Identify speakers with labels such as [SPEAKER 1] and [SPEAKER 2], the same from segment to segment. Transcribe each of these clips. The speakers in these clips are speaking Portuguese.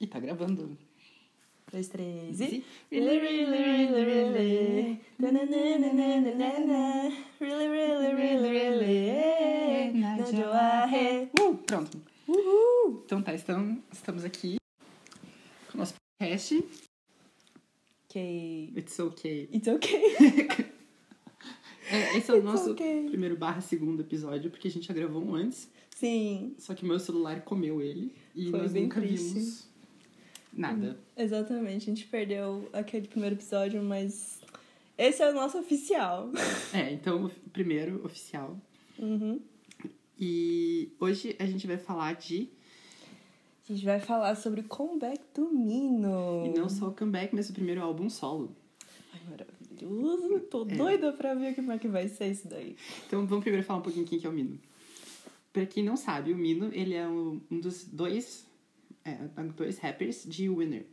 [SPEAKER 1] E tá gravando.
[SPEAKER 2] dois, três
[SPEAKER 1] Easy.
[SPEAKER 2] e. Really, really, really, really. Na-na-na-na-na-na-na. Really, really, really, really. Najoahe.
[SPEAKER 1] Uh, pronto.
[SPEAKER 2] Uhul!
[SPEAKER 1] Então tá, estamos, estamos aqui com o nosso podcast.
[SPEAKER 2] Ok.
[SPEAKER 1] It's okay.
[SPEAKER 2] It's okay.
[SPEAKER 1] É, esse é o
[SPEAKER 2] It's
[SPEAKER 1] nosso
[SPEAKER 2] okay.
[SPEAKER 1] primeiro barra segundo episódio, porque a gente já gravou um antes,
[SPEAKER 2] Sim,
[SPEAKER 1] só que meu celular comeu ele e
[SPEAKER 2] Foi
[SPEAKER 1] nós
[SPEAKER 2] bem
[SPEAKER 1] nunca
[SPEAKER 2] triste. Hum.
[SPEAKER 1] vimos nada.
[SPEAKER 2] exatamente. A gente perdeu aquele primeiro episódio, mas esse é o nosso oficial.
[SPEAKER 1] É, então, o primeiro oficial.
[SPEAKER 2] Uhum.
[SPEAKER 1] E hoje a gente vai falar de
[SPEAKER 2] A gente vai falar sobre o comeback do Mino.
[SPEAKER 1] E não só o comeback, mas o primeiro álbum solo.
[SPEAKER 2] Ai, maravilhoso. Tô
[SPEAKER 1] É.
[SPEAKER 2] doida pra ver como é que vai ser isso daí.
[SPEAKER 1] Então vamos primeiro falar um pouquinho quem que é o Mino. Pra quem não sabe, o Mino, ele é um um dos dois, é, dois rappers de Winner.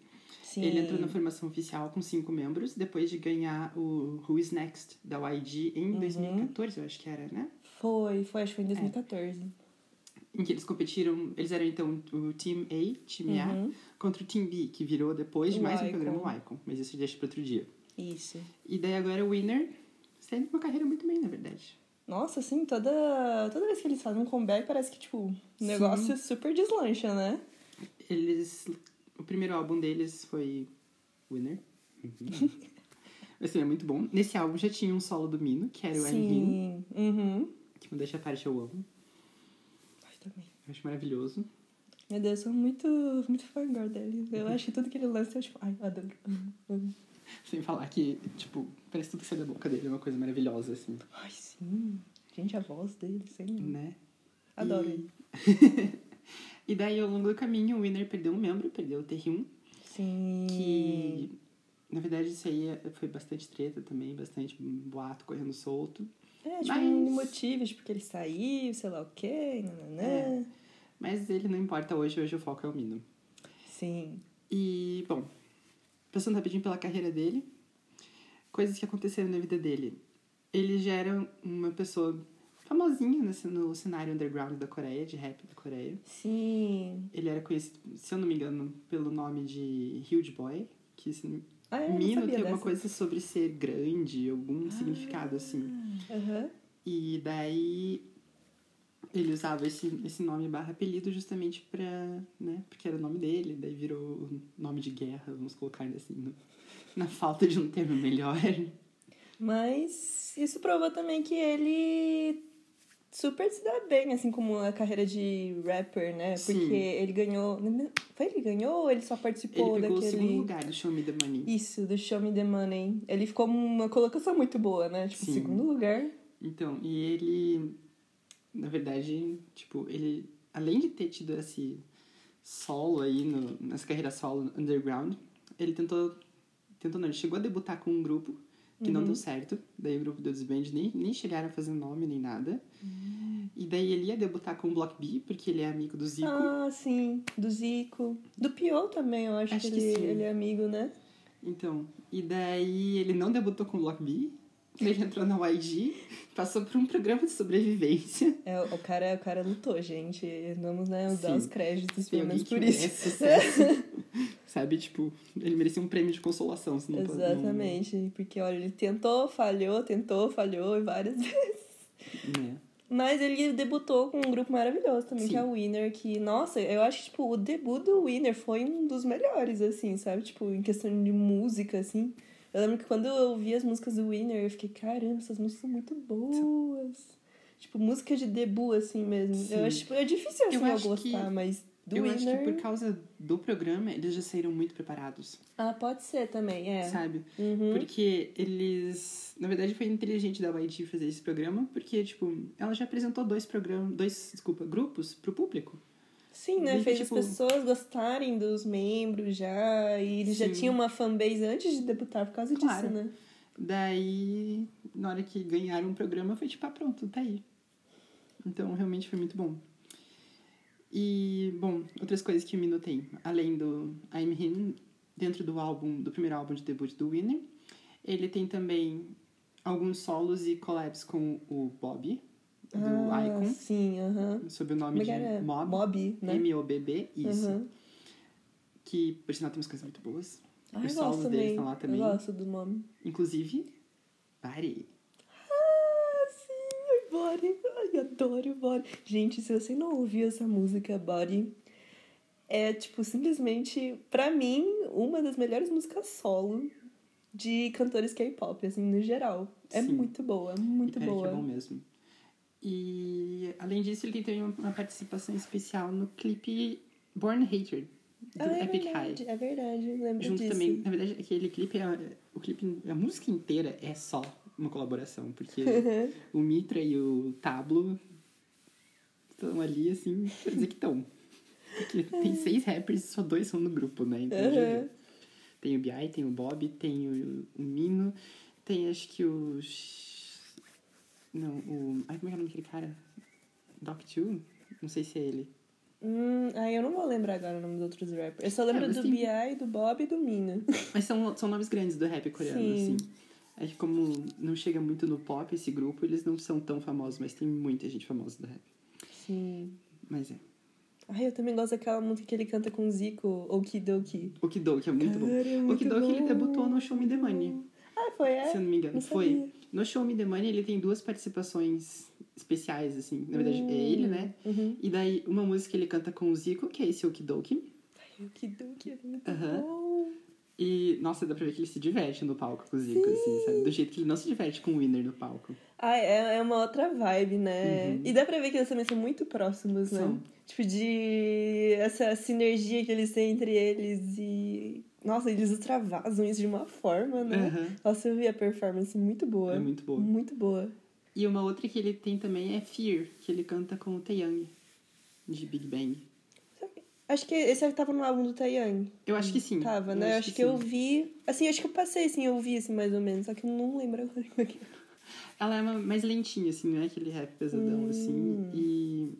[SPEAKER 2] Sim.
[SPEAKER 1] Ele entrou na formação oficial com cinco membros, depois de ganhar o Who Is Next, da YG, em
[SPEAKER 2] Uhum.
[SPEAKER 1] 2014, eu acho que era, né?
[SPEAKER 2] Foi, foi, acho que foi em 2014.
[SPEAKER 1] Em que eles competiram, eles eram então o Team A, Time
[SPEAKER 2] Uhum.
[SPEAKER 1] A, contra o Team B, que virou depois de
[SPEAKER 2] O
[SPEAKER 1] mais um
[SPEAKER 2] Icon.
[SPEAKER 1] programa, o Icon. Mas isso deixa pra outro dia.
[SPEAKER 2] Isso.
[SPEAKER 1] E daí agora o Winner está indo uma carreira muito bem, na verdade.
[SPEAKER 2] Nossa, assim, toda, toda vez que eles fazem um comeback, parece que, tipo, o negócio super deslancha, né?
[SPEAKER 1] Eles. O primeiro álbum deles foi Winner. Uhum. Mas também é muito bom. Nesse álbum já tinha um solo do Mino, que era o Anhin,
[SPEAKER 2] Sim. Uhum.
[SPEAKER 1] que mudou essa parte eu amo.
[SPEAKER 2] Ai, também.
[SPEAKER 1] Eu acho maravilhoso.
[SPEAKER 2] Meu Deus, eu sou muito, muito fangirl dele. Eu acho que tudo que ele lança, eu, tipo, ai, adoro. amo, amo.
[SPEAKER 1] Sem falar que, tipo, parece tudo que sai da boca dele, é uma coisa maravilhosa, assim,
[SPEAKER 2] Ai, sim. Gente, a voz dele, sim.
[SPEAKER 1] né?
[SPEAKER 2] Adoro
[SPEAKER 1] E-
[SPEAKER 2] ele.
[SPEAKER 1] E daí, ao longo do caminho, o Winner perdeu um membro, perdeu o TR1,
[SPEAKER 2] Sim.
[SPEAKER 1] que. Na verdade, isso aí é- foi bastante treta também, bastante boato correndo solto.
[SPEAKER 2] É, tipo,
[SPEAKER 1] Mas-
[SPEAKER 2] um motivo, tipo, que ele saiu, sei lá o quê, nananã.
[SPEAKER 1] É. Mas ele não importa hoje, hoje o foco é o Mino.
[SPEAKER 2] Sim.
[SPEAKER 1] E, bom, passando rapidinho pela carreira dele, coisas que aconteceram na vida dele. Ele já era uma pessoa famosinha nesse- no cenário underground da Coreia, de rap da Coreia.
[SPEAKER 2] Sim.
[SPEAKER 1] Ele era conhecido, se eu não me engano, pelo nome de Huge Boy, que se não-
[SPEAKER 2] Ah, eu não
[SPEAKER 1] Mino
[SPEAKER 2] sabia
[SPEAKER 1] tem alguma
[SPEAKER 2] dessa. Ah.
[SPEAKER 1] coisa sobre ser grande, algum significado assim.
[SPEAKER 2] Aham.
[SPEAKER 1] E daí ele usava esse, esse nome barra apelido justamente pra, né, porque era o nome dele, daí virou o nome de guerra, vamos colocar assim, no- na falta de um termo melhor.
[SPEAKER 2] Mas isso provou também que ele super se dá bem, assim, como a carreira de rapper, né? Porque
[SPEAKER 1] Sim.
[SPEAKER 2] ele ganhou. Foi ele que ganhou ou ele só
[SPEAKER 1] Ele
[SPEAKER 2] participou
[SPEAKER 1] pegou o segundo
[SPEAKER 2] daquele.
[SPEAKER 1] lugar do Show Me The Money.
[SPEAKER 2] Isso, do Show Me the Money. Ele ficou uma colocação muito boa, né? Tipo,
[SPEAKER 1] Sim.
[SPEAKER 2] segundo lugar.
[SPEAKER 1] Então, e ele, na verdade, tipo, ele, além de ter tido esse solo aí, no, nessa carreira solo underground, ele tentou, tentou não, ele chegou a debutar com um grupo que não deu certo, daí o grupo deu desband, nem, nem chegaram a fazer nome nem nada. E daí ele ia debutar com o Block B, porque ele é amigo do Zico.
[SPEAKER 2] Ah, sim. Do Zico. Do Pio também, eu acho,
[SPEAKER 1] Acho
[SPEAKER 2] que,
[SPEAKER 1] que
[SPEAKER 2] ele,
[SPEAKER 1] sim.
[SPEAKER 2] ele é amigo, né?
[SPEAKER 1] Então, e daí ele não debutou com o Block B, ele entrou na YG, passou por um programa de sobrevivência.
[SPEAKER 2] É, o, cara, o cara lutou, gente. Vamos né, usar
[SPEAKER 1] Sim.
[SPEAKER 2] os créditos,
[SPEAKER 1] Tem
[SPEAKER 2] pelo
[SPEAKER 1] alguém
[SPEAKER 2] menos
[SPEAKER 1] que
[SPEAKER 2] por isso.
[SPEAKER 1] merece sucesso. Sabe, tipo, ele merecia um prêmio de consolação, se não pode- não-
[SPEAKER 2] Exatamente, porque olha, ele tentou, falhou, tentou, falhou e várias vezes.
[SPEAKER 1] né?
[SPEAKER 2] Mas ele debutou com um grupo maravilhoso também,
[SPEAKER 1] Sim.
[SPEAKER 2] que é o Winner, que, nossa, eu acho que, tipo, o debut do Winner foi um dos melhores, assim, sabe? Tipo, em questão de música, assim. Eu lembro que quando eu ouvi as músicas do Winner, eu fiquei, caramba, essas músicas são muito boas. Tipo, música de debut, assim mesmo.
[SPEAKER 1] Sim.
[SPEAKER 2] Eu acho, tipo, é difícil, assim,
[SPEAKER 1] Eu
[SPEAKER 2] eu,
[SPEAKER 1] acho
[SPEAKER 2] gostar,
[SPEAKER 1] que-
[SPEAKER 2] mas do
[SPEAKER 1] Eu acho que
[SPEAKER 2] Winner...
[SPEAKER 1] por causa do programa, eles já saíram muito preparados,
[SPEAKER 2] Ah, pode ser também, é.
[SPEAKER 1] sabe?
[SPEAKER 2] Uhum.
[SPEAKER 1] Porque eles. Na verdade, foi inteligente da YG fazer esse programa, porque, tipo, ela já apresentou dois programas. Dois, desculpa, grupos pro público.
[SPEAKER 2] Sim, né?
[SPEAKER 1] Meio que,
[SPEAKER 2] Fez
[SPEAKER 1] tipo-
[SPEAKER 2] as pessoas gostarem dos membros já. E eles já
[SPEAKER 1] Sim.
[SPEAKER 2] tinham uma fanbase antes de debutar por causa
[SPEAKER 1] Claro.
[SPEAKER 2] disso, né?
[SPEAKER 1] Daí, na hora que ganharam um programa, foi tipo, ah, pronto, tá aí. Então, realmente foi muito bom. E, bom, outras coisas que o Mino tem, além do I'm Him, dentro do álbum, do primeiro álbum de debut do Winner, ele tem também alguns solos e collabs com o Bob, do
[SPEAKER 2] ah,
[SPEAKER 1] Icon,
[SPEAKER 2] Sim, aham.
[SPEAKER 1] sob o nome
[SPEAKER 2] Como é
[SPEAKER 1] de
[SPEAKER 2] que era?
[SPEAKER 1] Mob,
[SPEAKER 2] Mob, né?
[SPEAKER 1] M-O-B-B, isso.
[SPEAKER 2] Aham.
[SPEAKER 1] Que, por sinal, tem umas coisas muito boas.
[SPEAKER 2] Ah,
[SPEAKER 1] Os
[SPEAKER 2] eu
[SPEAKER 1] solos
[SPEAKER 2] gosto
[SPEAKER 1] deles
[SPEAKER 2] também.
[SPEAKER 1] estão lá
[SPEAKER 2] Eu
[SPEAKER 1] também.
[SPEAKER 2] gosto do nome.
[SPEAKER 1] Inclusive, Bari.
[SPEAKER 2] Ah, sim, Body. Ai, adoro Body. Gente, se você não ouviu essa música, Body, é, tipo, simplesmente, pra mim, uma das melhores músicas solo de cantores K-pop, assim, no geral. É
[SPEAKER 1] Sim.
[SPEAKER 2] muito boa, muito
[SPEAKER 1] e peraí,
[SPEAKER 2] boa.
[SPEAKER 1] Que é bom mesmo. E, além disso, ele tem também uma- uma participação especial no clipe Born Hater, do
[SPEAKER 2] Ah, é
[SPEAKER 1] Epic
[SPEAKER 2] verdade,
[SPEAKER 1] High.
[SPEAKER 2] é verdade, lembro
[SPEAKER 1] Junto
[SPEAKER 2] disso.
[SPEAKER 1] também, na verdade, aquele clipe, é- o clipe, a música inteira é só uma colaboração, porque o Mitra e o Tablo estão ali, assim, pra dizer que estão. Porque tem seis rappers e só dois são no grupo, né? Então, já viu.
[SPEAKER 2] É. Aham.
[SPEAKER 1] Tem o BI, tem o Bob, tem o, o Mino, tem acho que o. Sh- Não, o. Ai, como é que é o nome daquele cara? Doc 2? Não sei se é ele.
[SPEAKER 2] Hum, aí eu não vou lembrar agora o nome dos outros rappers. Eu só lembro
[SPEAKER 1] É, mas
[SPEAKER 2] do
[SPEAKER 1] tem-
[SPEAKER 2] B.I., do Bob e do Mina.
[SPEAKER 1] Mas são, são nomes grandes do rap coreano,
[SPEAKER 2] Sim.
[SPEAKER 1] assim. É que como não chega muito no pop esse grupo, eles não são tão famosos, mas tem muita gente famosa do rap.
[SPEAKER 2] Sim.
[SPEAKER 1] Mas é.
[SPEAKER 2] Ai, eu também gosto daquela música que ele canta com o Zico, Okidoki.
[SPEAKER 1] O Kidok é muito bom.
[SPEAKER 2] Cara, é
[SPEAKER 1] O
[SPEAKER 2] muito
[SPEAKER 1] Kidok ele
[SPEAKER 2] bom.
[SPEAKER 1] debutou no Show Me The Money,
[SPEAKER 2] Ah, foi, é?
[SPEAKER 1] se eu não me engano.
[SPEAKER 2] Não
[SPEAKER 1] Foi.
[SPEAKER 2] sabia.
[SPEAKER 1] No Show Me The Money ele tem duas participações especiais, assim. Na verdade, é
[SPEAKER 2] Hum.
[SPEAKER 1] ele, né?
[SPEAKER 2] Uhum.
[SPEAKER 1] E daí, uma música ele canta com o Zico, que é esse Okidoki.
[SPEAKER 2] Ai, o Kidoki é muito
[SPEAKER 1] Aham.
[SPEAKER 2] bom.
[SPEAKER 1] E, nossa, dá pra ver que ele se diverte no palco com o Zico, assim, sabe? Do jeito que ele não se diverte com o Winner no palco.
[SPEAKER 2] Ai, é, é uma outra vibe, né?
[SPEAKER 1] Uhum.
[SPEAKER 2] E dá pra ver que eles também são muito próximos, né?
[SPEAKER 1] São.
[SPEAKER 2] Tipo, de essa sinergia que eles têm entre eles e. Nossa, eles extravasam isso de uma forma, né?
[SPEAKER 1] Aham.
[SPEAKER 2] Nossa, eu vi a performance muito boa.
[SPEAKER 1] É muito boa.
[SPEAKER 2] Muito boa.
[SPEAKER 1] E uma outra que ele tem também é Fear, que ele canta com o Taeyang, de Big Bang.
[SPEAKER 2] Acho que esse tava no álbum do Taeyang.
[SPEAKER 1] Eu acho que sim.
[SPEAKER 2] Tava, né? acho, que, eu
[SPEAKER 1] sim.
[SPEAKER 2] vi. Assim, acho que eu passei, assim, eu vi, assim, mais ou menos. Só que eu não lembro agora como é que é.
[SPEAKER 1] Ela é uma- mais lentinha, assim, não é aquele rap pesadão,
[SPEAKER 2] Hum.
[SPEAKER 1] assim. E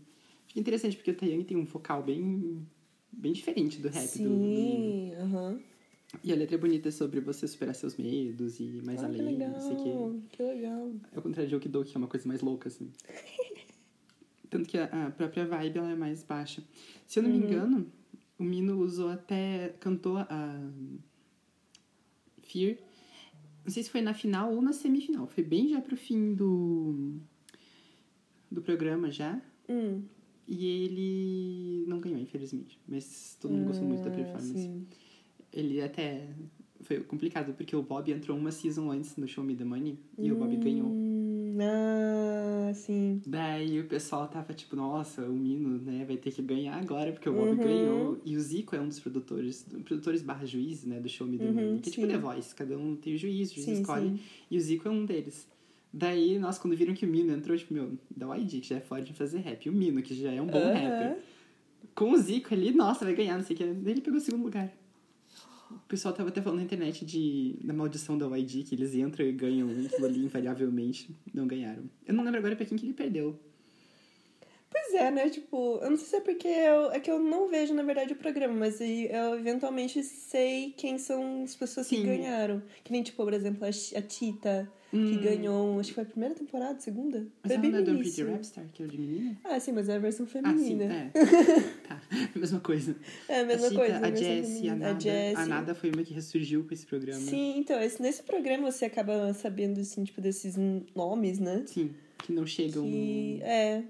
[SPEAKER 1] fica interessante, porque o Taeyang tem um vocal bem, bem diferente do rap do- do Winner.
[SPEAKER 2] Sim, aham.
[SPEAKER 1] E a letra é bonita é sobre você superar seus medos e ir mais
[SPEAKER 2] Ah, que
[SPEAKER 1] além,
[SPEAKER 2] legal.
[SPEAKER 1] não sei o quê.
[SPEAKER 2] Que legal.
[SPEAKER 1] Ao contrário de Okidoki, que é uma coisa mais louca, assim. Tanto que a, a própria vibe, ela é mais baixa. Se eu
[SPEAKER 2] Uhum.
[SPEAKER 1] não me engano, o Mino usou até... Cantou a... Fear. Não sei se foi na final ou na semifinal. Foi bem já pro fim do... Do programa, já.
[SPEAKER 2] Hum.
[SPEAKER 1] E ele não ganhou, infelizmente. Mas todo mundo gostou muito da
[SPEAKER 2] Ah,
[SPEAKER 1] performance.
[SPEAKER 2] sim.
[SPEAKER 1] Ele até... Foi complicado, porque o Bob entrou uma season antes no Show Me The Money. E o Bob ganhou.
[SPEAKER 2] Hum, Ah, sim.
[SPEAKER 1] Daí o pessoal tava tipo, nossa, o Mino, né, vai ter que ganhar agora, porque o Bob
[SPEAKER 2] Uhum.
[SPEAKER 1] ganhou. E o Zico é um dos produtores, produtores barra juiz, né, do Show Me The
[SPEAKER 2] Uhum,
[SPEAKER 1] Money. Que é tipo
[SPEAKER 2] sim.
[SPEAKER 1] The Voice, cada um tem o juiz, o juiz
[SPEAKER 2] Sim,
[SPEAKER 1] escolhe.
[SPEAKER 2] sim.
[SPEAKER 1] E o Zico é um deles. Daí, nossa, quando viram que o Mino entrou, tipo, meu, dá o ID, que já é forte em fazer rap. E o Mino, que já é um bom
[SPEAKER 2] Aham.
[SPEAKER 1] rapper. Com o Zico ali, nossa, vai ganhar, não sei o que. Daí ele pegou o segundo lugar. O pessoal tava até falando na internet de, da maldição da YG, que eles entram e ganham aquilo ali invariavelmente. Não ganharam. Eu não lembro agora pra quem que ele perdeu.
[SPEAKER 2] Pois é, né? Tipo, eu não sei se é porque eu, é que eu não vejo, na verdade, o programa, mas aí eu eventualmente sei quem são as pessoas
[SPEAKER 1] Sim.
[SPEAKER 2] que ganharam. Que nem, tipo, por exemplo, a, Chi- a Tita, que
[SPEAKER 1] Hum.
[SPEAKER 2] ganhou, acho que foi a primeira temporada, segunda?
[SPEAKER 1] Mas
[SPEAKER 2] foi
[SPEAKER 1] ela
[SPEAKER 2] bem
[SPEAKER 1] não é
[SPEAKER 2] no
[SPEAKER 1] do Pretty
[SPEAKER 2] início.
[SPEAKER 1] Rapstar, que é o de menina?
[SPEAKER 2] Ah, sim, mas é a versão
[SPEAKER 1] Ah, sim,
[SPEAKER 2] feminina.
[SPEAKER 1] é. tá, mesma coisa.
[SPEAKER 2] é. a mesma
[SPEAKER 1] a Chita,
[SPEAKER 2] coisa.
[SPEAKER 1] a
[SPEAKER 2] versão
[SPEAKER 1] Jessie, a
[SPEAKER 2] feminina.
[SPEAKER 1] Nada. A,
[SPEAKER 2] Jessie.
[SPEAKER 1] Nada né? foi uma que ressurgiu com esse programa.
[SPEAKER 2] Sim, então, esse, nesse programa você acaba sabendo, assim, tipo, desses n- nomes, né?
[SPEAKER 1] Sim, que não chegam...
[SPEAKER 2] Que, é.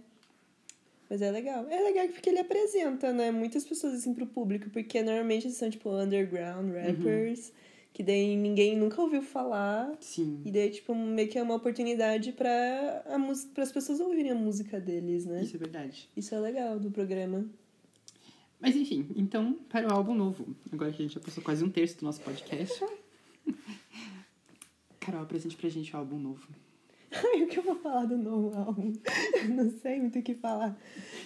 [SPEAKER 2] Mas é legal. É legal porque ele apresenta, né? Muitas pessoas, assim, pro público. Porque normalmente eles são, tipo, underground rappers. Que daí ninguém nunca ouviu falar.
[SPEAKER 1] Sim.
[SPEAKER 2] E daí, tipo, meio que é uma oportunidade pra a mus- pras pessoas ouvirem a música deles, né?
[SPEAKER 1] Isso é verdade.
[SPEAKER 2] Isso é legal do programa.
[SPEAKER 1] Mas enfim, então, para o álbum novo. Agora que a gente já passou quase um terço do nosso podcast. Carol, apresente pra gente o álbum novo.
[SPEAKER 2] Ai, o que eu vou falar do novo álbum? Eu não sei muito o que falar.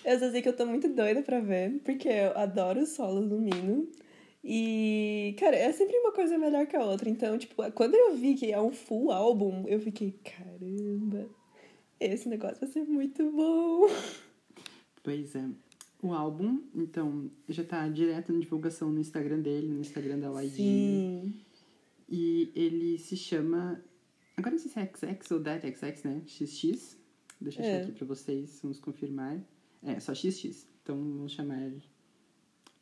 [SPEAKER 2] Eu só sei que eu tô muito doida pra ver, porque eu adoro os solos do Mino. E, cara, é sempre uma coisa melhor que a outra. Então, tipo, quando eu vi que é um full álbum, eu fiquei, caramba, esse negócio vai ser muito bom.
[SPEAKER 1] Pois é. O álbum, então, já tá direto na divulgação no Instagram dele, no Instagram da YG.
[SPEAKER 2] Sim.
[SPEAKER 1] E ele se chama. Agora não sei se é XX ou That XX, né? XX. Deixa eu achar
[SPEAKER 2] É.
[SPEAKER 1] aqui pra vocês, vamos confirmar. É, só XX. Então vamos chamar Eu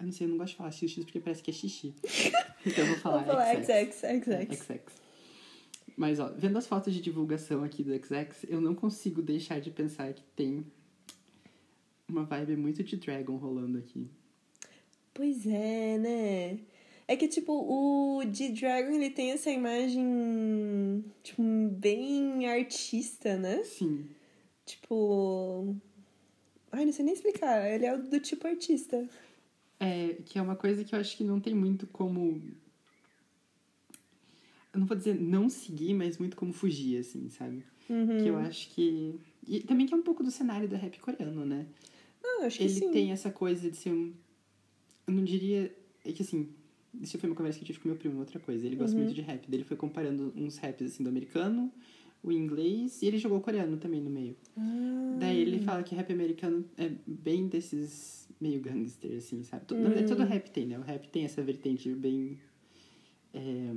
[SPEAKER 1] não sei, eu não gosto de falar XX porque parece que é xixi. então eu vou falar,
[SPEAKER 2] Vou falar
[SPEAKER 1] XX.
[SPEAKER 2] XX,
[SPEAKER 1] É,
[SPEAKER 2] XX.
[SPEAKER 1] XX. Mas, ó, vendo as fotos de divulgação aqui do XX, eu não consigo deixar de pensar que tem uma vibe muito de Dragon rolando aqui.
[SPEAKER 2] Pois é, né? É que, tipo, o D-Dragon, ele tem essa imagem, tipo, bem artista, né?
[SPEAKER 1] Sim,
[SPEAKER 2] Tipo... Ai, não sei nem explicar. Ele é do tipo artista.
[SPEAKER 1] é, que é uma coisa que eu acho que não tem muito como. Eu não vou dizer não seguir, mas muito como fugir, assim, sabe?
[SPEAKER 2] Uhum.
[SPEAKER 1] Que eu acho que. E também que é um pouco do cenário do rap coreano, né?
[SPEAKER 2] Não, acho que
[SPEAKER 1] ele
[SPEAKER 2] sim.
[SPEAKER 1] tem essa coisa de ser um. Eu não diria. É que assim. Isso foi uma conversa que eu tive com meu primo, outra coisa. Ele gosta
[SPEAKER 2] Uhum.
[SPEAKER 1] muito de rap. Daí ele foi comparando uns raps assim do americano, o inglês, e ele jogou o coreano também no meio.
[SPEAKER 2] Ah.
[SPEAKER 1] Daí ele fala que rap americano é bem desses meio gangster, assim, sabe? Todo- Na verdade, todo
[SPEAKER 2] Hum.
[SPEAKER 1] rap tem, né? O rap tem essa vertente bem. É...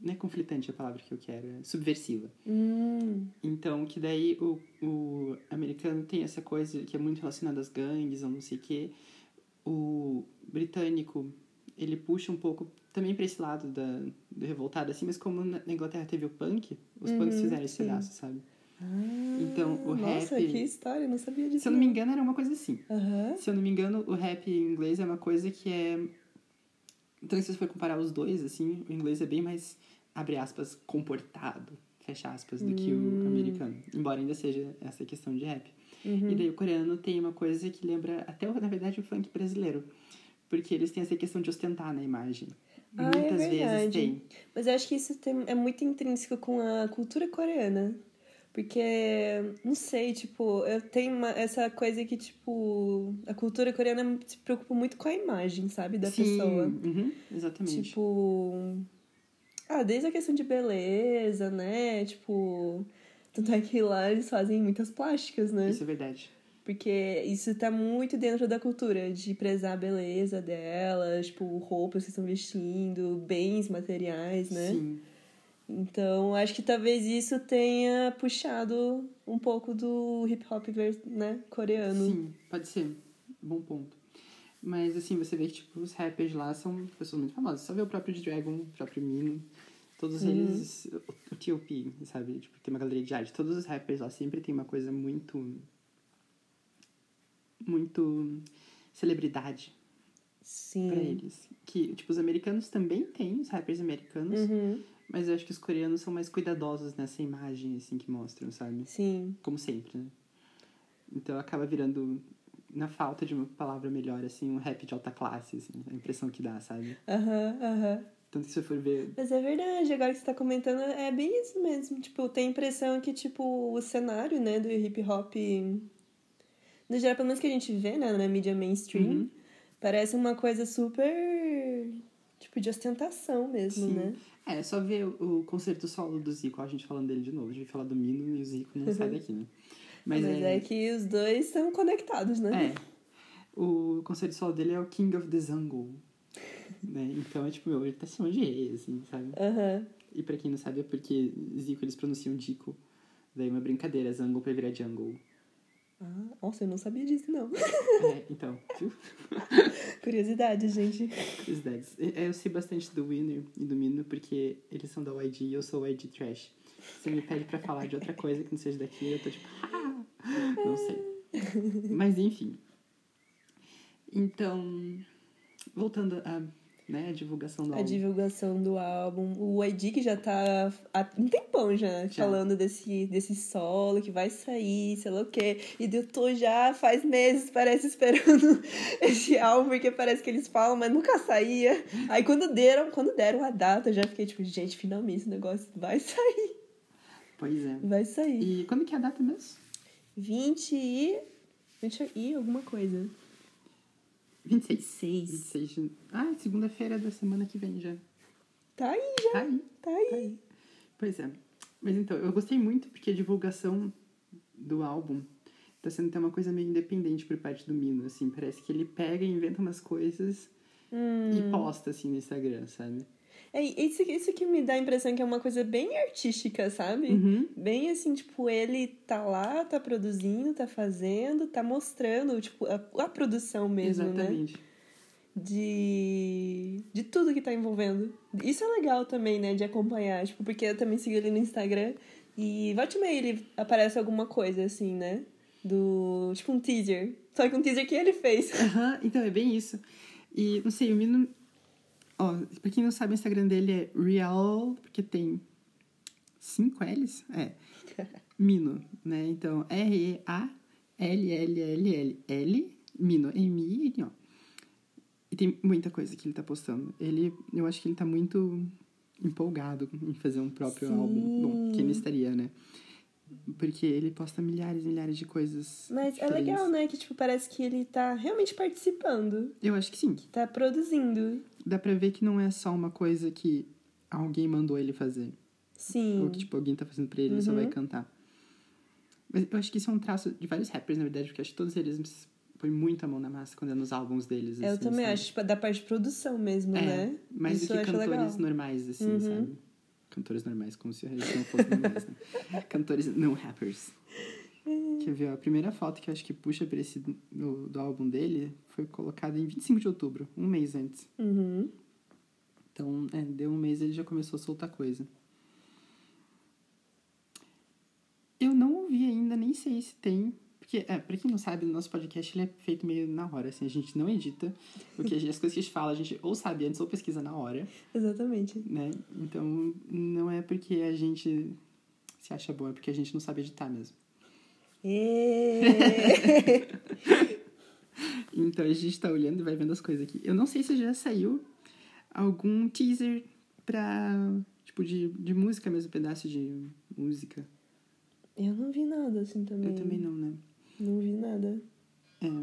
[SPEAKER 1] Não é conflitante a palavra que eu quero, é subversiva.
[SPEAKER 2] Hum.
[SPEAKER 1] Então, que daí o, o americano tem essa coisa que é muito relacionada às gangues ou não sei o quê. O britânico, ele puxa um pouco também pra esse lado da, do revoltado, assim, mas como na na Inglaterra teve o punk, os
[SPEAKER 2] Uhum,
[SPEAKER 1] punks fizeram esse
[SPEAKER 2] sim.
[SPEAKER 1] pedaço, sabe?
[SPEAKER 2] Ah.
[SPEAKER 1] Então, o
[SPEAKER 2] Nossa,
[SPEAKER 1] rap-
[SPEAKER 2] que história. Eu não sabia disso.
[SPEAKER 1] Se eu não me engano, era uma coisa assim.
[SPEAKER 2] Aham.
[SPEAKER 1] Se eu não me engano, o rap em inglês é uma coisa que é. Então, se você for comparar os dois, assim, o inglês é bem mais, abre aspas, comportado, fecha aspas, do que o
[SPEAKER 2] Hum.
[SPEAKER 1] americano. Embora ainda seja essa questão de rap.
[SPEAKER 2] Uhum.
[SPEAKER 1] E daí o coreano tem uma coisa que lembra até, na verdade, o funk brasileiro. Porque eles têm essa questão de ostentar na imagem.
[SPEAKER 2] Ah, é
[SPEAKER 1] Muitas vezes
[SPEAKER 2] verdade.
[SPEAKER 1] tem.
[SPEAKER 2] Mas eu acho que isso tem- é muito intrínseco com a cultura coreana. Porque, não sei, tipo, eu tenho uma- essa coisa que, tipo, a cultura coreana se preocupa muito com a imagem, sabe, da
[SPEAKER 1] Sim,
[SPEAKER 2] pessoa.
[SPEAKER 1] uhum, exatamente.
[SPEAKER 2] Tipo. Ah, desde a questão de beleza, né? Tipo. Tanto é que lá eles fazem muitas plásticas, né?
[SPEAKER 1] Isso é verdade.
[SPEAKER 2] Porque isso tá muito dentro da cultura, de prezar a beleza dela, tipo, roupas que estão vestindo, bens materiais, né?
[SPEAKER 1] Sim.
[SPEAKER 2] Então, acho que talvez isso tenha puxado um pouco do hip hop ver- né, coreano.
[SPEAKER 1] Sim, pode ser. Bom ponto. Mas assim, você vê que tipo, os rappers lá são pessoas muito famosas. Só vê o próprio Dragon, o próprio Mino. Todos
[SPEAKER 2] Uhum.
[SPEAKER 1] eles. O o T.O.P., sabe? Tipo, tem uma galeria de arte. Todos os rappers lá sempre tem uma coisa muito. Muito. Celebridade
[SPEAKER 2] Sim.
[SPEAKER 1] pra eles. Que, tipo, os americanos também têm, os rappers americanos.
[SPEAKER 2] Uhum.
[SPEAKER 1] Mas eu acho que os coreanos são mais cuidadosos nessa imagem, assim, que mostram, sabe?
[SPEAKER 2] Sim.
[SPEAKER 1] como sempre, né? Então acaba virando, na falta de uma palavra melhor, assim, um rap de alta classe, assim, a impressão que dá, sabe?
[SPEAKER 2] Aham, aham.
[SPEAKER 1] Tanto que se você for ver,
[SPEAKER 2] Mas é verdade, agora que você tá comentando, é bem isso mesmo. Tipo, tem a impressão que, tipo, o cenário, né, do hip hop. No geral, pelo menos que a gente vê, né, na mídia mainstream,
[SPEAKER 1] Uhum.
[SPEAKER 2] parece uma coisa super. Tipo, de ostentação mesmo,
[SPEAKER 1] Sim.
[SPEAKER 2] né?
[SPEAKER 1] é só ver o, o concerto solo do Zico, ó, a gente falando dele de novo, a gente fala do Mino e o Zico não sai daqui, né?
[SPEAKER 2] Mas,
[SPEAKER 1] Mas,
[SPEAKER 2] é...
[SPEAKER 1] é,
[SPEAKER 2] que os dois estão conectados, né?
[SPEAKER 1] é, o concerto solo dele é o King of the Zango, né? Então é tipo, meu, ele tá acima de rei, assim, sabe?
[SPEAKER 2] Aham.
[SPEAKER 1] E pra quem não sabe é porque Zico eles pronunciam Dico, daí é uma brincadeira, Zango pra virar Jungle.
[SPEAKER 2] Ah, nossa, eu não sabia disso, não.
[SPEAKER 1] É, então, viu?
[SPEAKER 2] Curiosidade, gente.
[SPEAKER 1] Curiosidades. é, Eu eu sei bastante do Winner e do Mino porque eles são da YG e eu sou YG Trash. Você me pede pra falar de outra coisa que não seja daqui, eu tô tipo, "Ah, não sei. Mas enfim. Então, voltando a, né, a divulgação do
[SPEAKER 2] A
[SPEAKER 1] álbum.
[SPEAKER 2] divulgação do álbum. O ID que já tá há um tempão já,
[SPEAKER 1] Já.
[SPEAKER 2] falando desse, desse solo que vai sair, sei lá o quê. E eu tô já faz meses, parece, esperando esse álbum, porque parece que eles falam, mas nunca saía. Aí quando deram, quando deram a data, eu já fiquei tipo, gente, finalmente esse negócio vai sair,
[SPEAKER 1] Pois é.
[SPEAKER 2] vai sair.
[SPEAKER 1] E quando que é a data mesmo?
[SPEAKER 2] 20 e. 20 e alguma coisa.
[SPEAKER 1] 26.
[SPEAKER 2] 6.
[SPEAKER 1] 26 de... Ah, é segunda-feira da semana que vem já.
[SPEAKER 2] Tá aí,
[SPEAKER 1] Tá aí.
[SPEAKER 2] tá aí.
[SPEAKER 1] Tá aí. Pois é. Mas então, eu gostei muito porque a divulgação do álbum tá sendo até uma coisa meio independente por parte do Mino, assim. Parece que ele pega e inventa umas coisas
[SPEAKER 2] Hum.
[SPEAKER 1] e posta, assim, no Instagram, sabe?
[SPEAKER 2] É isso, isso que me dá a impressão que é uma coisa bem artística, sabe?
[SPEAKER 1] Uhum.
[SPEAKER 2] Bem assim, tipo, ele tá lá, tá produzindo, tá fazendo, tá mostrando, tipo, a, a produção mesmo, né?
[SPEAKER 1] Exatamente.
[SPEAKER 2] de, de tudo que tá envolvendo. Isso é legal também, né, de acompanhar, tipo, porque eu também sigo ele no Instagram e volta e meia ele aparece alguma coisa, assim, né, do, tipo um teaser, só que um teaser que ele fez.
[SPEAKER 1] Aham, então é bem isso. E, não sei, o menino... Ó, pra quem não sabe, o Instagram dele é real, porque tem cinco L's? É. Mino, né? Então, R-E-A-L-L-L-L-L, Mino, M-I-N-O. E tem muita coisa que ele tá postando. Ele, eu acho que ele tá muito empolgado em fazer um próprio
[SPEAKER 2] Sim.
[SPEAKER 1] álbum. Bom, quem não estaria, né? Porque ele posta milhares e milhares de coisas.
[SPEAKER 2] Mas é
[SPEAKER 1] diferentes.
[SPEAKER 2] legal, né, que, tipo, parece que ele tá realmente participando,
[SPEAKER 1] Eu acho que sim.
[SPEAKER 2] tá produzindo.
[SPEAKER 1] Dá pra ver que não é só uma coisa que alguém mandou ele fazer.
[SPEAKER 2] Sim.
[SPEAKER 1] Ou que, tipo, alguém tá fazendo pra ele, ele só vai
[SPEAKER 2] Uhum.
[SPEAKER 1] cantar. Mas eu acho que isso é um traço de vários rappers, na verdade, porque eu acho que todos eles põem muito a mão na massa quando é nos álbuns deles.
[SPEAKER 2] Eu
[SPEAKER 1] assim,
[SPEAKER 2] também
[SPEAKER 1] sabe?
[SPEAKER 2] acho, tipo, da parte de produção mesmo,
[SPEAKER 1] É,
[SPEAKER 2] né?
[SPEAKER 1] Mais
[SPEAKER 2] Isso
[SPEAKER 1] do
[SPEAKER 2] eu
[SPEAKER 1] que
[SPEAKER 2] acho
[SPEAKER 1] cantores
[SPEAKER 2] legal.
[SPEAKER 1] normais, assim,
[SPEAKER 2] Uhum.
[SPEAKER 1] sabe? Cantores normais, como se eles não fossem normais, né? Cantores não rappers.
[SPEAKER 2] Uhum.
[SPEAKER 1] Quer ver, ó, a primeira foto que eu acho que puxa pra esse do, do álbum dele foi colocada em 25 de outubro, um mês antes.
[SPEAKER 2] Uhum.
[SPEAKER 1] Então, é, deu um mês ele já começou a soltar coisa. Eu não ouvi ainda, nem sei se tem. Porque, é, pra quem não sabe, o nosso podcast ele é feito meio na hora, assim, a gente não edita. Porque as coisas que a gente fala, a gente ou sabe antes ou pesquisa na hora,
[SPEAKER 2] Exatamente.
[SPEAKER 1] né? Então, não é porque a gente se acha bom, é porque a gente não sabe editar mesmo.
[SPEAKER 2] Ê!
[SPEAKER 1] Então a gente tá olhando e vai vendo as coisas aqui. Eu não sei se já saiu algum teaser pra. Tipo, de, de música mesmo, um pedaço de música.
[SPEAKER 2] Eu não vi nada assim também.
[SPEAKER 1] Eu também não, né?
[SPEAKER 2] Não vi nada.
[SPEAKER 1] É.
[SPEAKER 2] um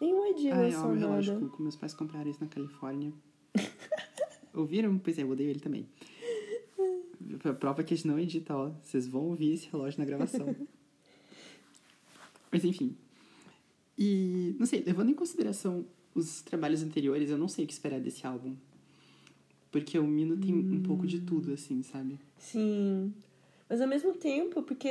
[SPEAKER 2] Nenhum idea
[SPEAKER 1] Ah, é
[SPEAKER 2] lançou
[SPEAKER 1] o relógio
[SPEAKER 2] nada.
[SPEAKER 1] cuco. Meus pais compraram isso na Califórnia. Ouviram? Pois é, eu odeio ele também. Pra prova que a gente não edita, ó. Vocês vão ouvir esse relógio na gravação. Mas enfim. E, não sei, levando em consideração os trabalhos anteriores, eu não sei o que esperar desse álbum. Porque o Mino tem
[SPEAKER 2] Hum.
[SPEAKER 1] um pouco de tudo, assim, sabe?
[SPEAKER 2] Sim. Mas ao mesmo tempo, porque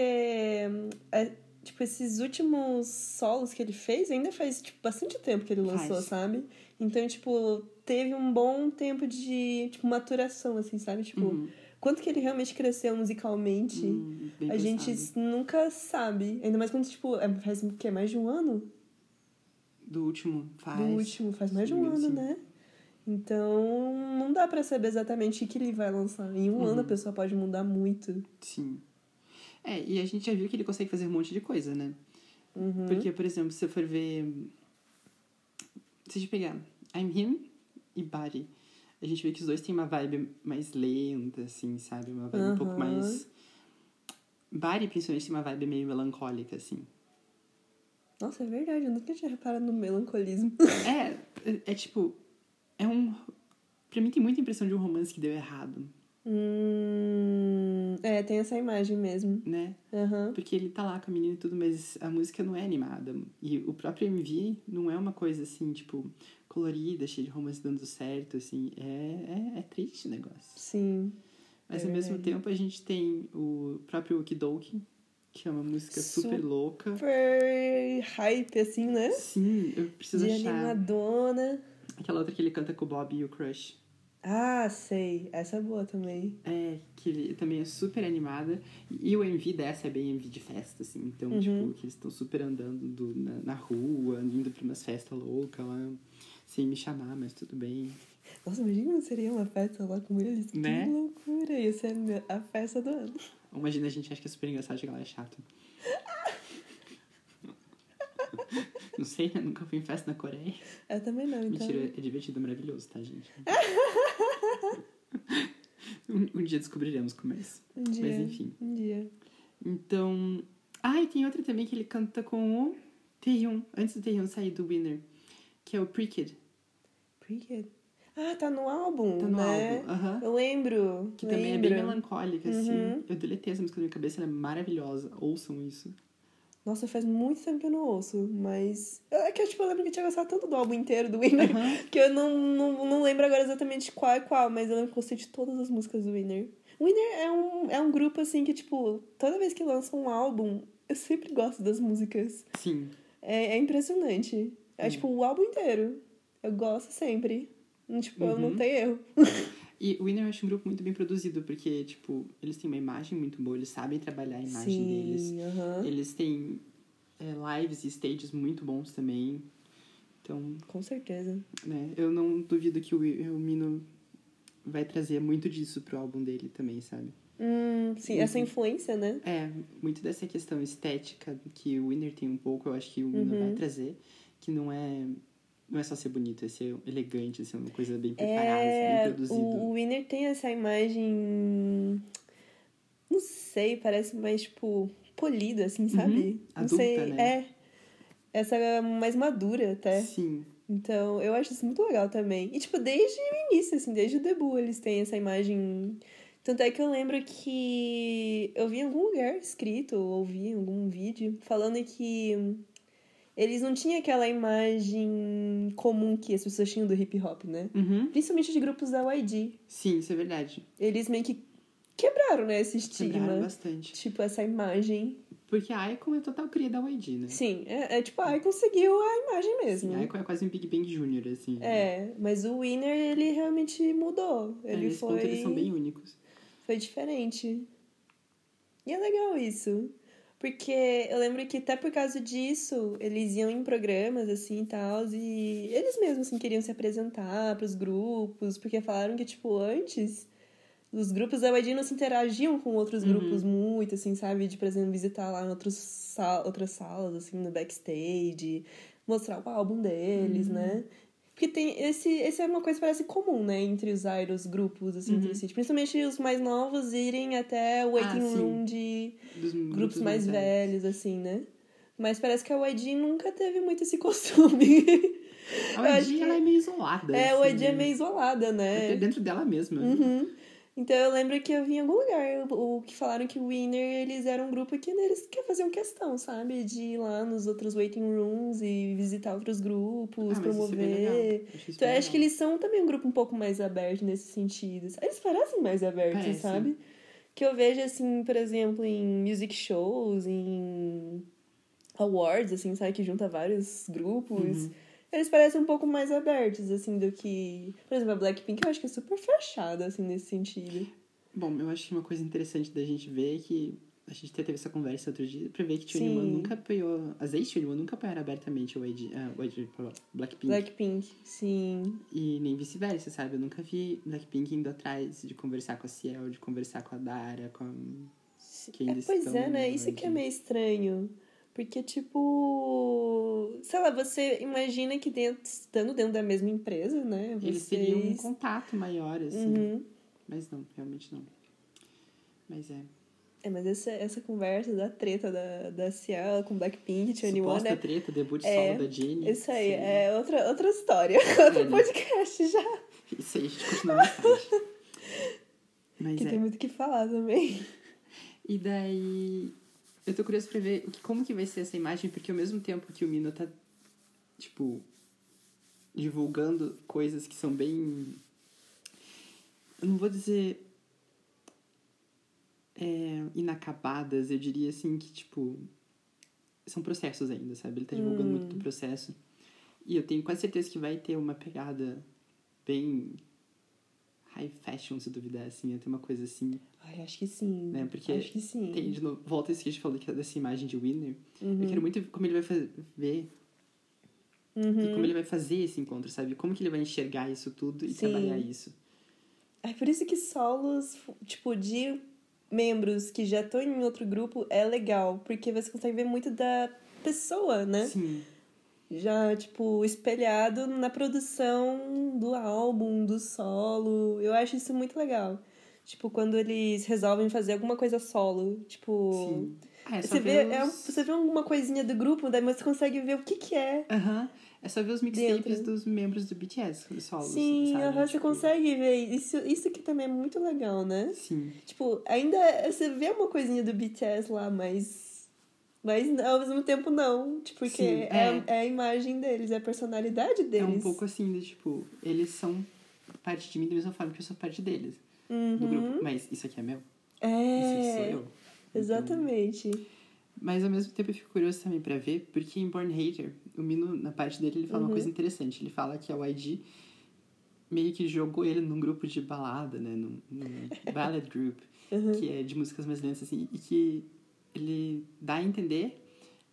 [SPEAKER 2] hum, é, tipo, esses últimos solos que ele fez, ainda faz tipo, bastante tempo que ele lançou,
[SPEAKER 1] Faz.
[SPEAKER 2] sabe? Então, tipo, teve um bom tempo de tipo, maturação, assim, sabe? Tipo,
[SPEAKER 1] Uhum.
[SPEAKER 2] quanto que ele realmente cresceu musicalmente.
[SPEAKER 1] Hum, bem
[SPEAKER 2] A gente
[SPEAKER 1] pensado.
[SPEAKER 2] nunca sabe. Ainda mais quando, tipo, é- faz o quê? Mais de um ano?
[SPEAKER 1] Do último, faz.
[SPEAKER 2] Do último, faz mais de um
[SPEAKER 1] Sim,
[SPEAKER 2] ano,
[SPEAKER 1] sim.
[SPEAKER 2] né? Então, não dá pra saber exatamente o que ele vai lançar. Em um
[SPEAKER 1] Uhum.
[SPEAKER 2] ano a pessoa pode mudar muito.
[SPEAKER 1] Sim. É, e a gente já viu que ele consegue fazer um monte de coisa, né?
[SPEAKER 2] Uhum.
[SPEAKER 1] Porque, por exemplo, se eu for ver. Se a gente pegar I'm Him e Body, a gente vê que os dois têm uma vibe mais lenta, assim, sabe? Uma vibe um pouco
[SPEAKER 2] Aham.
[SPEAKER 1] mais. Body, principalmente, tem uma vibe meio melancólica, assim.
[SPEAKER 2] Nossa, é verdade, eu nunca tinha reparado no melancolismo.
[SPEAKER 1] É, é, é tipo. É um. Pra mim tem muita impressão de um romance que deu errado,
[SPEAKER 2] hum, é, tem essa imagem mesmo.
[SPEAKER 1] né?
[SPEAKER 2] Aham.
[SPEAKER 1] Porque ele tá lá com a menina e tudo, mas a música não é animada. E o próprio MV não é uma coisa assim, tipo, colorida, cheia de romance dando certo, assim. É, é, é triste o negócio.
[SPEAKER 2] Sim.
[SPEAKER 1] Mas
[SPEAKER 2] É
[SPEAKER 1] ao mesmo
[SPEAKER 2] verdade.
[SPEAKER 1] tempo a gente tem o próprio Okidoki, que é uma música super,
[SPEAKER 2] Super.
[SPEAKER 1] louca.
[SPEAKER 2] Super hype, assim, né?
[SPEAKER 1] Sim, eu preciso
[SPEAKER 2] De
[SPEAKER 1] achar.
[SPEAKER 2] animadona.
[SPEAKER 1] Aquela outra que ele canta com o Bob e o Crush.
[SPEAKER 2] Ah, sei. Essa é boa também.
[SPEAKER 1] É, que ele também é super animada. E o MV dessa é bem MV de festa, assim. Então,
[SPEAKER 2] Uhum.
[SPEAKER 1] tipo, que eles estão super andando do- na, na rua, indo pra umas festas loucas lá, sem me chamar, mas tudo bem.
[SPEAKER 2] Nossa, imagina seria uma festa lá com mulheres.
[SPEAKER 1] Né?
[SPEAKER 2] Que loucura! Ia ser a festa do ano.
[SPEAKER 1] Ou Imagina, a gente acha que é super engraçado, chega lá é chato. Não sei, né? Nunca fui em festa na Coreia.
[SPEAKER 2] Eu também não, então.
[SPEAKER 1] Mentira, é divertido, é maravilhoso, tá, gente? um, um dia descobriremos como é isso.
[SPEAKER 2] Um dia.
[SPEAKER 1] Mas enfim.
[SPEAKER 2] Um dia.
[SPEAKER 1] Então. Ah, e tem outra também que ele canta com o Taehyung, antes do Taehyung sair do Winner, que é o Pre-Kid.
[SPEAKER 2] Cricket. Ah, tá no álbum,
[SPEAKER 1] Tá no
[SPEAKER 2] né?
[SPEAKER 1] álbum. aham.
[SPEAKER 2] Eu lembro.
[SPEAKER 1] Que
[SPEAKER 2] lembro.
[SPEAKER 1] também é bem melancólica, assim.
[SPEAKER 2] Uhum.
[SPEAKER 1] Eu deletei essa música na minha cabeça, ela é maravilhosa. Ouçam isso.
[SPEAKER 2] Nossa, faz muito tempo que eu não ouço, mas. É que eu, tipo, eu lembro que eu tinha gostado tanto do álbum inteiro do Winner
[SPEAKER 1] Aham.
[SPEAKER 2] que eu não, não, não lembro agora exatamente qual é qual, mas eu lembro que eu gostei de todas as músicas do Winner. Winner é um, é um grupo, assim, que, tipo, toda vez que lança um álbum, eu sempre gosto das músicas.
[SPEAKER 1] Sim.
[SPEAKER 2] É, é impressionante. É,
[SPEAKER 1] É.
[SPEAKER 2] tipo o álbum inteiro. Eu gosto sempre. Tipo, eu não
[SPEAKER 1] Uhum.
[SPEAKER 2] tenho erro.
[SPEAKER 1] E o Winner eu acho um grupo muito bem produzido, porque, tipo, eles têm uma imagem muito boa, eles sabem trabalhar a imagem deles.
[SPEAKER 2] Sim, aham.
[SPEAKER 1] Eles têm é, lives e stages muito bons também. Então,
[SPEAKER 2] Com certeza.
[SPEAKER 1] né, eu não duvido que o, o Mino vai trazer muito disso pro álbum dele também, sabe?
[SPEAKER 2] Hum, sim, essa
[SPEAKER 1] Uhum.
[SPEAKER 2] influência, né?
[SPEAKER 1] É, muito dessa questão estética que o Winner tem um pouco, eu acho que o Mino
[SPEAKER 2] Uhum.
[SPEAKER 1] vai trazer, que não é não é só ser bonito, é ser elegante, é ser uma coisa bem preparada,
[SPEAKER 2] É,
[SPEAKER 1] bem produzida.
[SPEAKER 2] o, o Winner tem essa imagem. Não sei, parece mais, tipo, polida, assim, sabe? não
[SPEAKER 1] Uhum. adulta,
[SPEAKER 2] sei,
[SPEAKER 1] né?
[SPEAKER 2] é. Essa é mais madura até.
[SPEAKER 1] Sim.
[SPEAKER 2] Então, eu acho isso muito legal também. E, tipo, desde o início, assim, desde o debut, eles têm essa imagem. Tanto é que eu lembro que eu vi em algum lugar escrito, ou ouvi em algum vídeo, falando que eles não tinham aquela imagem comum que as pessoas tinham do hip hop, né?
[SPEAKER 1] Uhum.
[SPEAKER 2] Principalmente de grupos da YG.
[SPEAKER 1] Sim, isso é verdade.
[SPEAKER 2] Eles meio que quebraram, né, esse
[SPEAKER 1] Quebraram
[SPEAKER 2] estigma.
[SPEAKER 1] bastante.
[SPEAKER 2] Tipo, essa imagem.
[SPEAKER 1] Porque a Icon é total cria da YG, né?
[SPEAKER 2] Sim, é, é tipo, ai, conseguiu a imagem mesmo.
[SPEAKER 1] Sim, a Icon é quase um Big Bang Júnior, assim. né?
[SPEAKER 2] É, mas o Winner, ele realmente mudou.
[SPEAKER 1] É,
[SPEAKER 2] Ele
[SPEAKER 1] nesse
[SPEAKER 2] foi.
[SPEAKER 1] ponto eles são bem únicos.
[SPEAKER 2] Foi diferente. E é legal isso. Porque eu lembro que até por causa disso, eles iam em programas assim e tal, e eles mesmos assim, queriam se apresentar pros grupos, porque falaram que, tipo, antes, os grupos da YG não se interagiam com outros
[SPEAKER 1] Uhum.
[SPEAKER 2] grupos muito, assim, sabe? De, por exemplo, visitar lá em outros sa- outras salas, assim, no backstage, mostrar o álbum deles,
[SPEAKER 1] Uhum.
[SPEAKER 2] né? Porque tem esse, esse é uma coisa que parece comum, né? Entre os idols, grupos, assim, entre
[SPEAKER 1] Uhum.
[SPEAKER 2] si. Principalmente os mais novos irem até o waiting
[SPEAKER 1] Ah, sim.
[SPEAKER 2] room de
[SPEAKER 1] Dos
[SPEAKER 2] grupos, mais
[SPEAKER 1] velhos.
[SPEAKER 2] velhos, assim, né? Mas parece que a YG nunca teve muito esse costume. Eu
[SPEAKER 1] A
[SPEAKER 2] acho
[SPEAKER 1] YG,
[SPEAKER 2] que-
[SPEAKER 1] ela é meio isolada.
[SPEAKER 2] é, o
[SPEAKER 1] assim,
[SPEAKER 2] YG é
[SPEAKER 1] né? É
[SPEAKER 2] meio isolada,
[SPEAKER 1] Até
[SPEAKER 2] né?
[SPEAKER 1] dentro dela mesma. Ah,
[SPEAKER 2] Uhum. Então eu lembro que eu vi em algum lugar o o que falaram que o Winner, eles eram um grupo que eles que faziam questão, sabe? De ir lá nos outros waiting rooms e visitar outros grupos,
[SPEAKER 1] Ah, mas isso é bem legal.
[SPEAKER 2] promover.
[SPEAKER 1] Acho isso
[SPEAKER 2] Então,
[SPEAKER 1] bem
[SPEAKER 2] eu acho que
[SPEAKER 1] legal.
[SPEAKER 2] eles são também um grupo um pouco mais aberto nesse sentido. Eles parecem mais abertos,
[SPEAKER 1] Parecem.
[SPEAKER 2] sabe? Que eu vejo, assim, por exemplo, em music shows, em awards, assim, sabe? Que junta vários grupos.
[SPEAKER 1] Uhum.
[SPEAKER 2] Eles parecem um pouco mais abertos, assim, do que... Por exemplo, a Blackpink eu acho que é super fechada, assim, nesse sentido.
[SPEAKER 1] Bom, eu acho que uma coisa interessante da gente ver é que... A gente até teve essa conversa outro dia pra ver que Tune One
[SPEAKER 2] Sim.
[SPEAKER 1] nunca apoiou... As ex-Tune nunca apoiaram abertamente o YG... ah, o YG pô, Blackpink.
[SPEAKER 2] Blackpink, sim.
[SPEAKER 1] E nem vice-versa, sabe? Eu nunca vi Blackpink indo atrás de conversar com a Ciel, de conversar com a Dara, com a... Que
[SPEAKER 2] É,
[SPEAKER 1] ainda
[SPEAKER 2] pois
[SPEAKER 1] estão
[SPEAKER 2] é, né?
[SPEAKER 1] no
[SPEAKER 2] Isso que é
[SPEAKER 1] IG.
[SPEAKER 2] meio estranho. Porque, tipo, sei lá, você imagina que dentro, estando dentro da mesma empresa, né?
[SPEAKER 1] Eles
[SPEAKER 2] Vocês...
[SPEAKER 1] teriam um contato maior, assim.
[SPEAKER 2] Uhum.
[SPEAKER 1] Mas não, realmente não. Mas é.
[SPEAKER 2] É, mas essa, essa conversa da treta da, da Ciel com Blackpink, Twenty One,
[SPEAKER 1] Suposta
[SPEAKER 2] né?
[SPEAKER 1] treta, debut de
[SPEAKER 2] É,
[SPEAKER 1] solo da Jenny.
[SPEAKER 2] Isso aí,
[SPEAKER 1] Sim.
[SPEAKER 2] é outra, outra história, outro
[SPEAKER 1] né?
[SPEAKER 2] podcast já,
[SPEAKER 1] Isso aí, a gente continua mais tarde. Mas
[SPEAKER 2] que
[SPEAKER 1] é.
[SPEAKER 2] tem muito o que falar também.
[SPEAKER 1] E daí... Eu tô curioso pra ver o que- como que vai ser essa imagem, porque ao mesmo tempo que o Mino tá, tipo, divulgando coisas que são bem... Eu não vou dizer... É, inacabadas, eu diria assim que, tipo... São processos ainda, sabe? Ele tá divulgando muito do processo. E eu tenho quase certeza que vai ter uma pegada bem... High fashion, se duvidar, assim. Vai ter uma coisa assim...
[SPEAKER 2] Ai, acho que sim.
[SPEAKER 1] Né, porque
[SPEAKER 2] acho que sim.
[SPEAKER 1] Tem, de novo, volta isso que a gente falou que é dessa imagem de Winner.
[SPEAKER 2] Uhum.
[SPEAKER 1] Eu quero muito ver como ele vai fazer, ver e
[SPEAKER 2] Uhum.
[SPEAKER 1] como ele vai fazer esse encontro, sabe? Como que ele vai enxergar isso tudo e
[SPEAKER 2] Sim.
[SPEAKER 1] trabalhar isso.
[SPEAKER 2] É por isso que solos, tipo, de membros que já estão em outro grupo é legal, porque você consegue ver muito da pessoa, né?
[SPEAKER 1] Sim.
[SPEAKER 2] Já, tipo, espelhado na produção do álbum, do solo. Eu acho isso muito legal. Tipo, quando eles resolvem fazer alguma coisa solo, tipo.
[SPEAKER 1] Sim. Ah, é só
[SPEAKER 2] Você vê,
[SPEAKER 1] ver
[SPEAKER 2] é um-
[SPEAKER 1] os...
[SPEAKER 2] você vê alguma coisinha do grupo, daí você consegue ver o que que é.
[SPEAKER 1] Aham. É só ver os mixtapes
[SPEAKER 2] Dentro.
[SPEAKER 1] dos membros do BTS, os solos,
[SPEAKER 2] Sim,
[SPEAKER 1] sabe?
[SPEAKER 2] aham, você
[SPEAKER 1] Tipo,
[SPEAKER 2] consegue ver. Isso, isso que também é muito legal, né?
[SPEAKER 1] Sim.
[SPEAKER 2] Tipo, ainda você vê uma coisinha do BTS lá, mas. Mas não, ao mesmo tempo não. Tipo, porque
[SPEAKER 1] Sim, é.
[SPEAKER 2] é. é a imagem deles, é a personalidade deles.
[SPEAKER 1] É um pouco assim, de, tipo, eles são parte de mim da mesma forma que eu sou parte deles,
[SPEAKER 2] Uhum.
[SPEAKER 1] do grupo. Mas isso aqui é meu?
[SPEAKER 2] É.
[SPEAKER 1] Isso aqui sou eu? Então,
[SPEAKER 2] Exatamente.
[SPEAKER 1] Mas ao mesmo tempo eu fico curioso também pra ver, porque em Born Hater, o Mino, na parte dele, ele fala uma coisa interessante. Ele fala que é a YG meio que jogou ele num grupo de balada, né? Num, num ballad group,
[SPEAKER 2] Uhum.
[SPEAKER 1] que é de músicas mais lentas, assim, e que ele dá a entender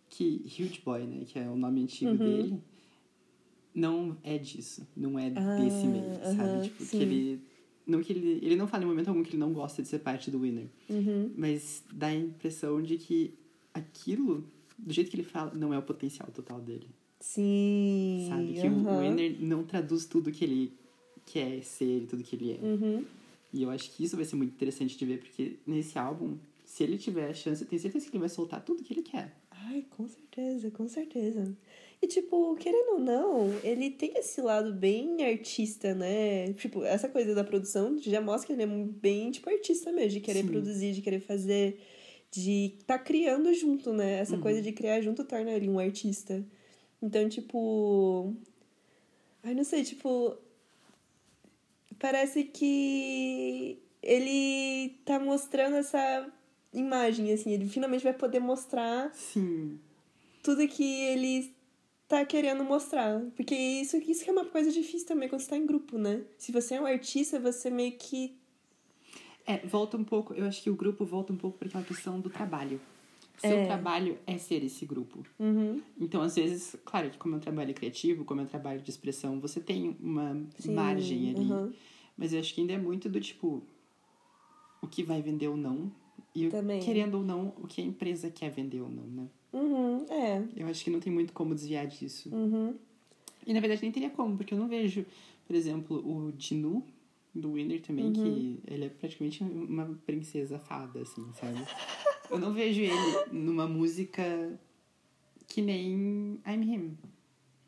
[SPEAKER 1] que Huge Boy, né? Que é o nome
[SPEAKER 2] Uhum.
[SPEAKER 1] antigo dele, não é disso. Não é
[SPEAKER 2] Ah,
[SPEAKER 1] desse meio,
[SPEAKER 2] aham,
[SPEAKER 1] sabe? Tipo,
[SPEAKER 2] sim.
[SPEAKER 1] que ele. Não que ele. Ele não fala em momento algum que ele não gosta de ser parte do Winner.
[SPEAKER 2] Uhum.
[SPEAKER 1] Mas dá a impressão de que aquilo, do jeito que ele fala, não é o potencial total dele.
[SPEAKER 2] Sim.
[SPEAKER 1] Sabe? Que o
[SPEAKER 2] aham.
[SPEAKER 1] Winner não traduz tudo que ele quer ser e tudo que ele é.
[SPEAKER 2] Uhum.
[SPEAKER 1] E eu acho que isso vai ser muito interessante de ver, porque nesse álbum, se ele tiver a chance, eu tenho certeza que ele vai soltar tudo que ele quer.
[SPEAKER 2] Ai, com certeza, com certeza. E, tipo, querendo ou não, ele tem esse lado bem artista, né? Tipo, essa coisa da produção já mostra que ele é bem, tipo, artista mesmo, de querer
[SPEAKER 1] Sim.
[SPEAKER 2] produzir, de querer fazer, de tá criando junto, né? Essa coisa de criar junto torna ele um artista. Então, tipo. Ai, não sei, tipo. Parece que ele tá mostrando essa imagem, assim, ele finalmente vai poder mostrar
[SPEAKER 1] Sim.
[SPEAKER 2] tudo que ele tá querendo mostrar. Porque isso, isso que é uma coisa difícil também quando você tá em grupo, né? Se você é um artista, você meio que.
[SPEAKER 1] É, volta um pouco, eu acho que o grupo volta um pouco para aquela questão do trabalho. Seu
[SPEAKER 2] É.
[SPEAKER 1] trabalho é ser esse grupo.
[SPEAKER 2] Uhum.
[SPEAKER 1] Então, às vezes, claro que como é um trabalho criativo, como é um trabalho de expressão, você tem uma
[SPEAKER 2] Sim, uhum,
[SPEAKER 1] margem ali.
[SPEAKER 2] aham.
[SPEAKER 1] Mas eu acho que ainda é muito do tipo o que vai vender ou não. E o-
[SPEAKER 2] Também.
[SPEAKER 1] querendo ou não, o que a empresa quer vender ou não, né?
[SPEAKER 2] Uhum, é.
[SPEAKER 1] Eu acho que não tem muito como desviar disso.
[SPEAKER 2] Uhum.
[SPEAKER 1] E na verdade nem teria como, porque eu não vejo, por exemplo, o Dinu do Winner também, que ele é praticamente uma princesa fada, assim, sabe? eu não vejo ele numa música que nem I'm Him.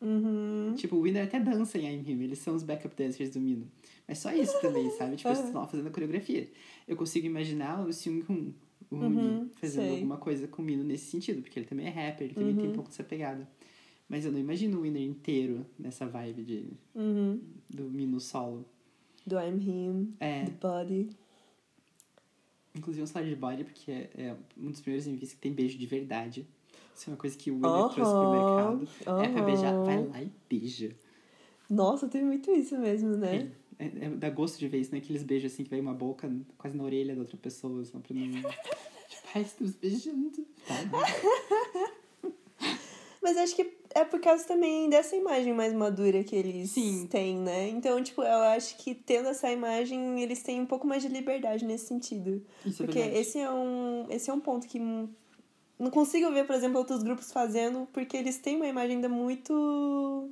[SPEAKER 2] Uhum.
[SPEAKER 1] Tipo, o Winner até dança em I'm Him, eles são os backup dancers do Mino. Mas só isso também, sabe? Tipo, eles
[SPEAKER 2] Aham.
[SPEAKER 1] estão lá fazendo a coreografia. Eu consigo imaginar o Seung-hoon, o Uni,
[SPEAKER 2] Uhum,
[SPEAKER 1] fazendo
[SPEAKER 2] sei. Uhum.
[SPEAKER 1] alguma coisa com o Mino nesse sentido, porque ele também é rapper, ele também tem um pouco dessa pegada. Mas eu não imagino o Winner inteiro nessa vibe de,
[SPEAKER 2] Uhum.
[SPEAKER 1] do Mino solo.
[SPEAKER 2] Do I'm Him,
[SPEAKER 1] É,
[SPEAKER 2] The Body.
[SPEAKER 1] inclusive um slide body, porque é, é um dos primeiros MVs que tem beijo de verdade. Isso é uma coisa que o Winner trouxe pro
[SPEAKER 2] Aham,
[SPEAKER 1] mercado. É pra beijar,
[SPEAKER 2] aham.
[SPEAKER 1] vai lá e beija.
[SPEAKER 2] Nossa, tem muito isso mesmo, né?
[SPEAKER 1] É, é- dá gosto de ver isso, né? Aqueles beijos assim que vem uma boca quase na orelha da outra pessoa, só pra não. tipo, ai, estamos beijando. Tá,
[SPEAKER 2] Mas acho que é por causa também dessa imagem mais madura que eles
[SPEAKER 1] Sim.
[SPEAKER 2] têm, né? Então, tipo, eu acho que tendo essa imagem, eles têm um pouco mais de liberdade nesse sentido.
[SPEAKER 1] isso é
[SPEAKER 2] Porque
[SPEAKER 1] verdade.
[SPEAKER 2] esse é um esse é um ponto que hum, não consigo ver, por exemplo, outros grupos fazendo, porque eles têm uma imagem ainda muito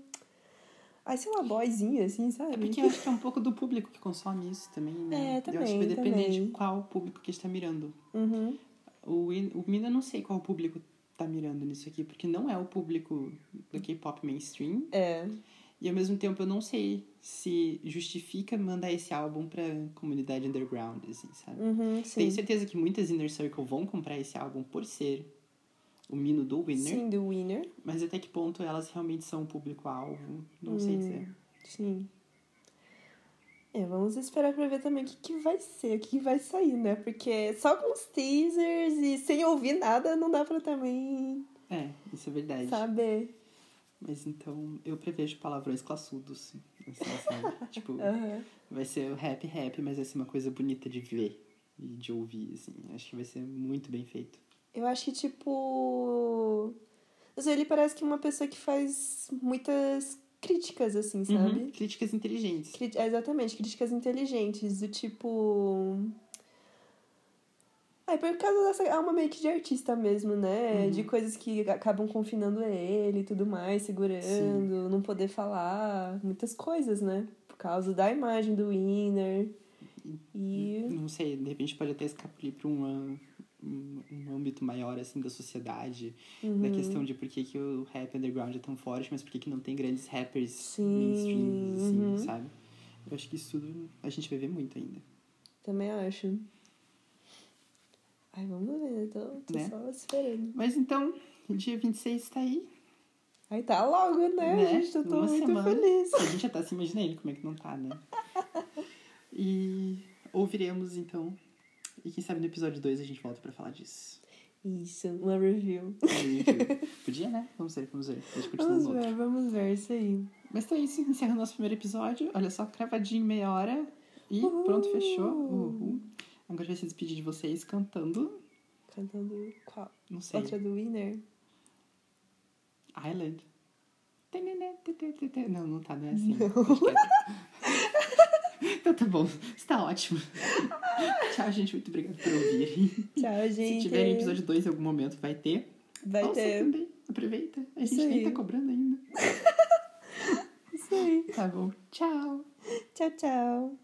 [SPEAKER 2] ai, sei lá, boyzinha assim, sabe?
[SPEAKER 1] É porque eu acho que é um pouco do público que consome isso também, né?
[SPEAKER 2] É,
[SPEAKER 1] eu acho que vai
[SPEAKER 2] também,
[SPEAKER 1] depender
[SPEAKER 2] também.
[SPEAKER 1] de qual público que a gente tá mirando.
[SPEAKER 2] Uhum.
[SPEAKER 1] O, Win- o Mina, eu não sei qual público tá mirando nisso aqui, porque não é o público do K-pop mainstream.
[SPEAKER 2] É.
[SPEAKER 1] E ao mesmo tempo, eu não sei se justifica mandar esse álbum pra comunidade underground, assim, sabe?
[SPEAKER 2] Uhum, sim.
[SPEAKER 1] Tenho certeza que muitas Inner Circle vão comprar esse álbum por ser o Mino do Winner,
[SPEAKER 2] Sim, do winner.
[SPEAKER 1] mas até que ponto elas realmente são o público-alvo, não sei
[SPEAKER 2] Hum.
[SPEAKER 1] dizer.
[SPEAKER 2] Sim. É, vamos esperar pra ver também o que, que vai ser, o que, que vai sair, né? Porque só com os teasers e sem ouvir nada não dá pra também
[SPEAKER 1] É, isso é verdade.
[SPEAKER 2] saber.
[SPEAKER 1] Mas então, eu prevejo palavrões classudos. assim, sabe? tipo,
[SPEAKER 2] Aham.
[SPEAKER 1] vai ser o rap rap, mas vai ser uma coisa bonita de ver e de ouvir, assim. Acho que vai ser muito bem feito.
[SPEAKER 2] Eu acho que, tipo. Não sei, ele parece que é uma pessoa que faz muitas críticas, assim, sabe?
[SPEAKER 1] Uhum, Críticas inteligentes.
[SPEAKER 2] Cri- é, Exatamente, críticas inteligentes, do tipo. Ai, por causa dessa alma meio que de artista mesmo, né?
[SPEAKER 1] Uhum.
[SPEAKER 2] De coisas que acabam confinando ele e tudo mais, segurando,
[SPEAKER 1] Sim.
[SPEAKER 2] não poder falar, muitas coisas, né? Por causa da imagem do Winner. E.
[SPEAKER 1] Não sei, de repente pode até escapulir pra uma, um, um âmbito maior, assim, da sociedade. Da
[SPEAKER 2] Uhum.
[SPEAKER 1] questão de por que, que o rap underground é tão forte, mas por que, que não tem grandes rappers
[SPEAKER 2] Sim,
[SPEAKER 1] mainstream, assim,
[SPEAKER 2] uhum.
[SPEAKER 1] sabe? Eu acho que isso tudo a gente vai ver muito ainda.
[SPEAKER 2] Também acho. Ai, vamos ver, tô, tô
[SPEAKER 1] Né?
[SPEAKER 2] só esperando.
[SPEAKER 1] Mas então, o dia 26 tá aí.
[SPEAKER 2] Ai, tá logo, né,
[SPEAKER 1] Né?
[SPEAKER 2] gente? Eu tô
[SPEAKER 1] Uma
[SPEAKER 2] muito
[SPEAKER 1] semana.
[SPEAKER 2] feliz.
[SPEAKER 1] A gente já tá se imaginando ele, como é que não tá, né? E ouviremos então. E quem sabe no episódio 2 a gente volta pra falar disso.
[SPEAKER 2] Isso, uma review.
[SPEAKER 1] Aí, enfim, Podia, né? Vamos ver, vamos ver. A gente continua
[SPEAKER 2] Vamos
[SPEAKER 1] no outro.
[SPEAKER 2] ver, vamos ver isso aí.
[SPEAKER 1] Mas então é isso, encerra o nosso primeiro episódio. Olha só, cravadinho, meia hora. E
[SPEAKER 2] Uhul.
[SPEAKER 1] pronto, fechou. Uhul. Agora vai se despedir de vocês cantando.
[SPEAKER 2] Cantando qual?
[SPEAKER 1] Não sei.
[SPEAKER 2] Outra do Winner?
[SPEAKER 1] Island. Não, não tá, não é assim. então tá bom, está ótimo. Tchau, gente. Muito obrigado por ouvirem.
[SPEAKER 2] Tchau,
[SPEAKER 1] Se
[SPEAKER 2] gente. é.
[SPEAKER 1] tiver episódio 2 em algum momento, vai ter.
[SPEAKER 2] Vai
[SPEAKER 1] Ouça
[SPEAKER 2] ter.
[SPEAKER 1] também. Aproveita. A gente
[SPEAKER 2] Isso
[SPEAKER 1] nem
[SPEAKER 2] aí.
[SPEAKER 1] tá cobrando ainda.
[SPEAKER 2] Isso aí.
[SPEAKER 1] Tá bom. Tchau.
[SPEAKER 2] Tchau, tchau.